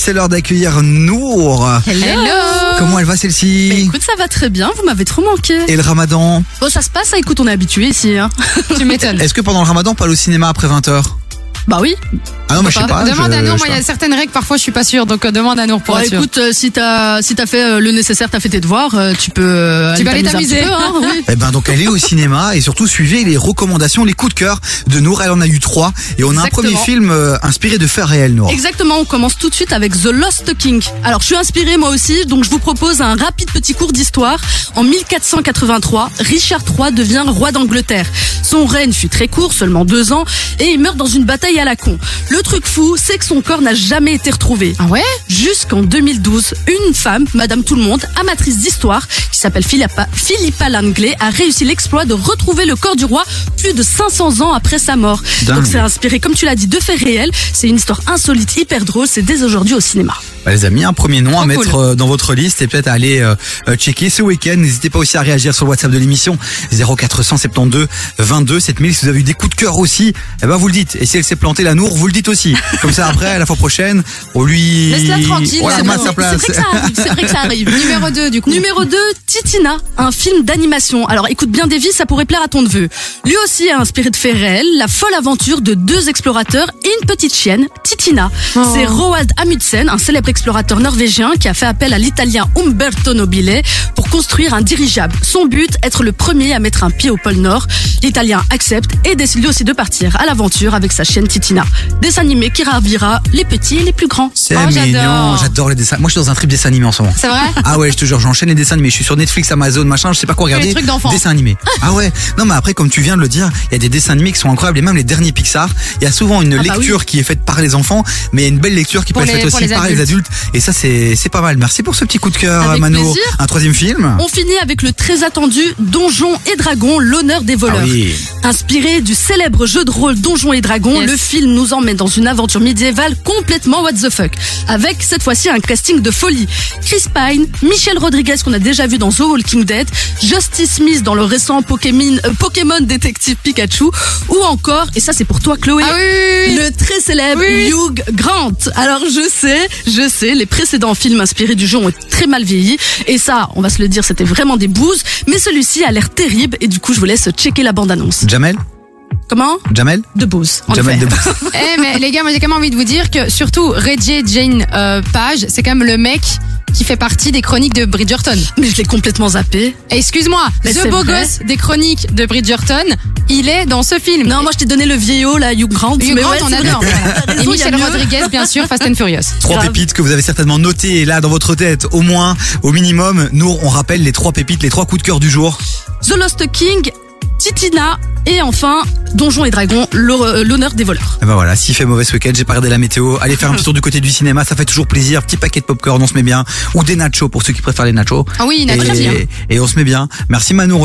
c'est l'heure d'accueillir Nour. Hello. Comment elle va Bah, celle-ci écoute, ça va très bien, vous m'avez trop manqué. Et le ramadan Bon, ça se passe, hein, écoute, on est habitué ici. Hein. tu m'étonnes. Est-ce que pendant le ramadan, on peut aller au cinéma après 20h Bah oui. Ah non, mais je sais Enfin, pas. Bah, demande je- à Nour, je moi sais il y a certaines règles, parfois je suis pas sûre, donc euh, demande à Nour pour Bon, être sûre. écoute, euh, si t'as si t'as fait euh, le nécessaire, t'as fait tes devoirs, euh, tu peux. euh, Tu vas aller un petit t'amuser. peu, hein, oui. pas. Eh ben donc allez au cinéma et surtout suivez les recommandations, les coups de cœur de Nour. Elle en a eu trois et on a un Exactement. premier film euh, inspiré de faits réels, Nour. Exactement, on commence tout de suite avec The Lost King. Alors, je suis inspirée moi aussi, donc je vous propose un rapide petit cours d'histoire. En 1483, Richard III devient roi d'Angleterre. Son règne fut très court, seulement deux ans, et il meurt dans une bataille à la con. Le truc fou, c'est que son corps n'a jamais été retrouvé. Ah ouais Jusqu'en 2012, une femme, Madame Tout le Monde, amatrice d'histoire, qui s'appelle Philippa, Philippa Langley, a réussi l'exploit de retrouver le corps du roi plus de 500 ans après sa mort. Dingue. Donc c'est inspiré, comme tu l'as dit, de faits réels. C'est une histoire insolite, hyper drôle. C'est dès aujourd'hui au cinéma. Bah, les amis, un premier nom à Trop mettre cool. euh, dans votre liste et peut-être à aller euh, euh, checker ce week-end. N'hésitez pas aussi à réagir sur le WhatsApp de l'émission 0472 22 7000. Si vous avez eu des coups de cœur aussi, eh ben vous le dites. Et si elle s'est plantée, la Nour, vous le dites aussi. Comme ça, après, la fois prochaine, on lui... Laisse-la tranquille, Voilà, c'est met à bon. sa place. C'est vrai que ça arrive. C'est vrai que ça arrive. Numéro 2 du coup. Numéro 2, Titina, un film d'animation. Alors écoute bien Davy, ça pourrait plaire à ton neveu. Lui aussi a inspiré de faits réels la folle aventure de deux explorateurs et une petite chienne, Titina. Oh. C'est Roald Amundsen, un célèbre explorateur norvégien qui a fait appel à l'italien Umberto Nobile pour construire un dirigeable. Son but, être le premier à mettre un pied au pôle Nord. L'italien accepte et décide lui aussi de partir à l'aventure avec sa chienne Titina. Dessin animé qui ravira les petits et les plus grands. C'est Oh, mignon, j'adore. j'adore les dessins. Moi, je suis dans un trip dessin animé en ce moment. C'est vrai Ah ouais, je te jure, j'enchaîne les dessins animés. Je suis sur Netflix, Amazon, machin, je sais pas quoi les regarder. trucs d'enfants. Dessins animés. Ah ouais. Non, mais après, comme tu viens de le dire, il y a des dessins animés qui sont incroyables et même les derniers Pixar. Il y a souvent une Ah bah lecture qui est faite par les enfants, mais il y a une belle lecture qui peut Pour être les- faite pour aussi les par les adultes. Et ça, c'est, c'est pas mal. Merci pour ce petit coup de cœur, Avec Mano. plaisir. Un troisième film. On finit avec le très attendu Donjon et Dragon, l'honneur des voleurs. Ah oui. Inspiré du célèbre jeu de rôle Donjon et Dragon, Yes. le film nous emmène dans une aventure médiévale complètement what the fuck. Avec cette fois-ci un casting de folie. Chris Pine, Michel Rodriguez qu'on a déjà vu dans The Walking Dead, Justice Smith dans le récent Pokémon, euh, Pokémon Détective Pikachu, ou encore, et ça c'est pour toi Chloé, Ah oui, oui, oui. le très célèbre Oui. Hugh Grant. Alors je sais, je sais, les précédents films inspirés du jeu ont été très mal vieillis. Et ça, on va se le dire, c'était vraiment des bouses. Mais celui-ci a l'air terrible et du coup je vous laisse checker la bande-annonce. Jamel? Comment Jamel? De bouses. en Jamel effet. de- Eh mais les gars, moi j'ai quand même envie de vous dire que surtout Reggie Jane euh, Page, c'est quand même le mec qui fait partie des chroniques de Bridgerton. Mais je l'ai complètement zappé. Et Excuse-moi, Mais c'est The Beau vrai. Gosse des chroniques de Bridgerton, il est dans ce film. Non, moi je t'ai donné le vieillot là, Hugh Grant. Hugh mais Grant, ouais, on c'est adore. vrai. voilà. T'as raison, Et il y a Michel mieux. Rodriguez, bien sûr, Fast and Furious. Trois Grave. pépites que vous avez certainement notées là dans votre tête, au moins, au minimum. Nous, on rappelle les trois pépites, les trois coups de cœur du jour. The Lost King, Titina et enfin Donjon et Dragon, l'hor- euh, l'honneur des voleurs. Et ben voilà, s'il fait mauvais ce week-end, j'ai pas regardé la météo. Allez faire un petit tour du côté du cinéma, ça fait toujours plaisir. Petit paquet de popcorn, on se met bien. Ou des nachos pour ceux qui préfèrent les nachos. Ah oui, Et, naturellement. et on se met bien. Merci Manon.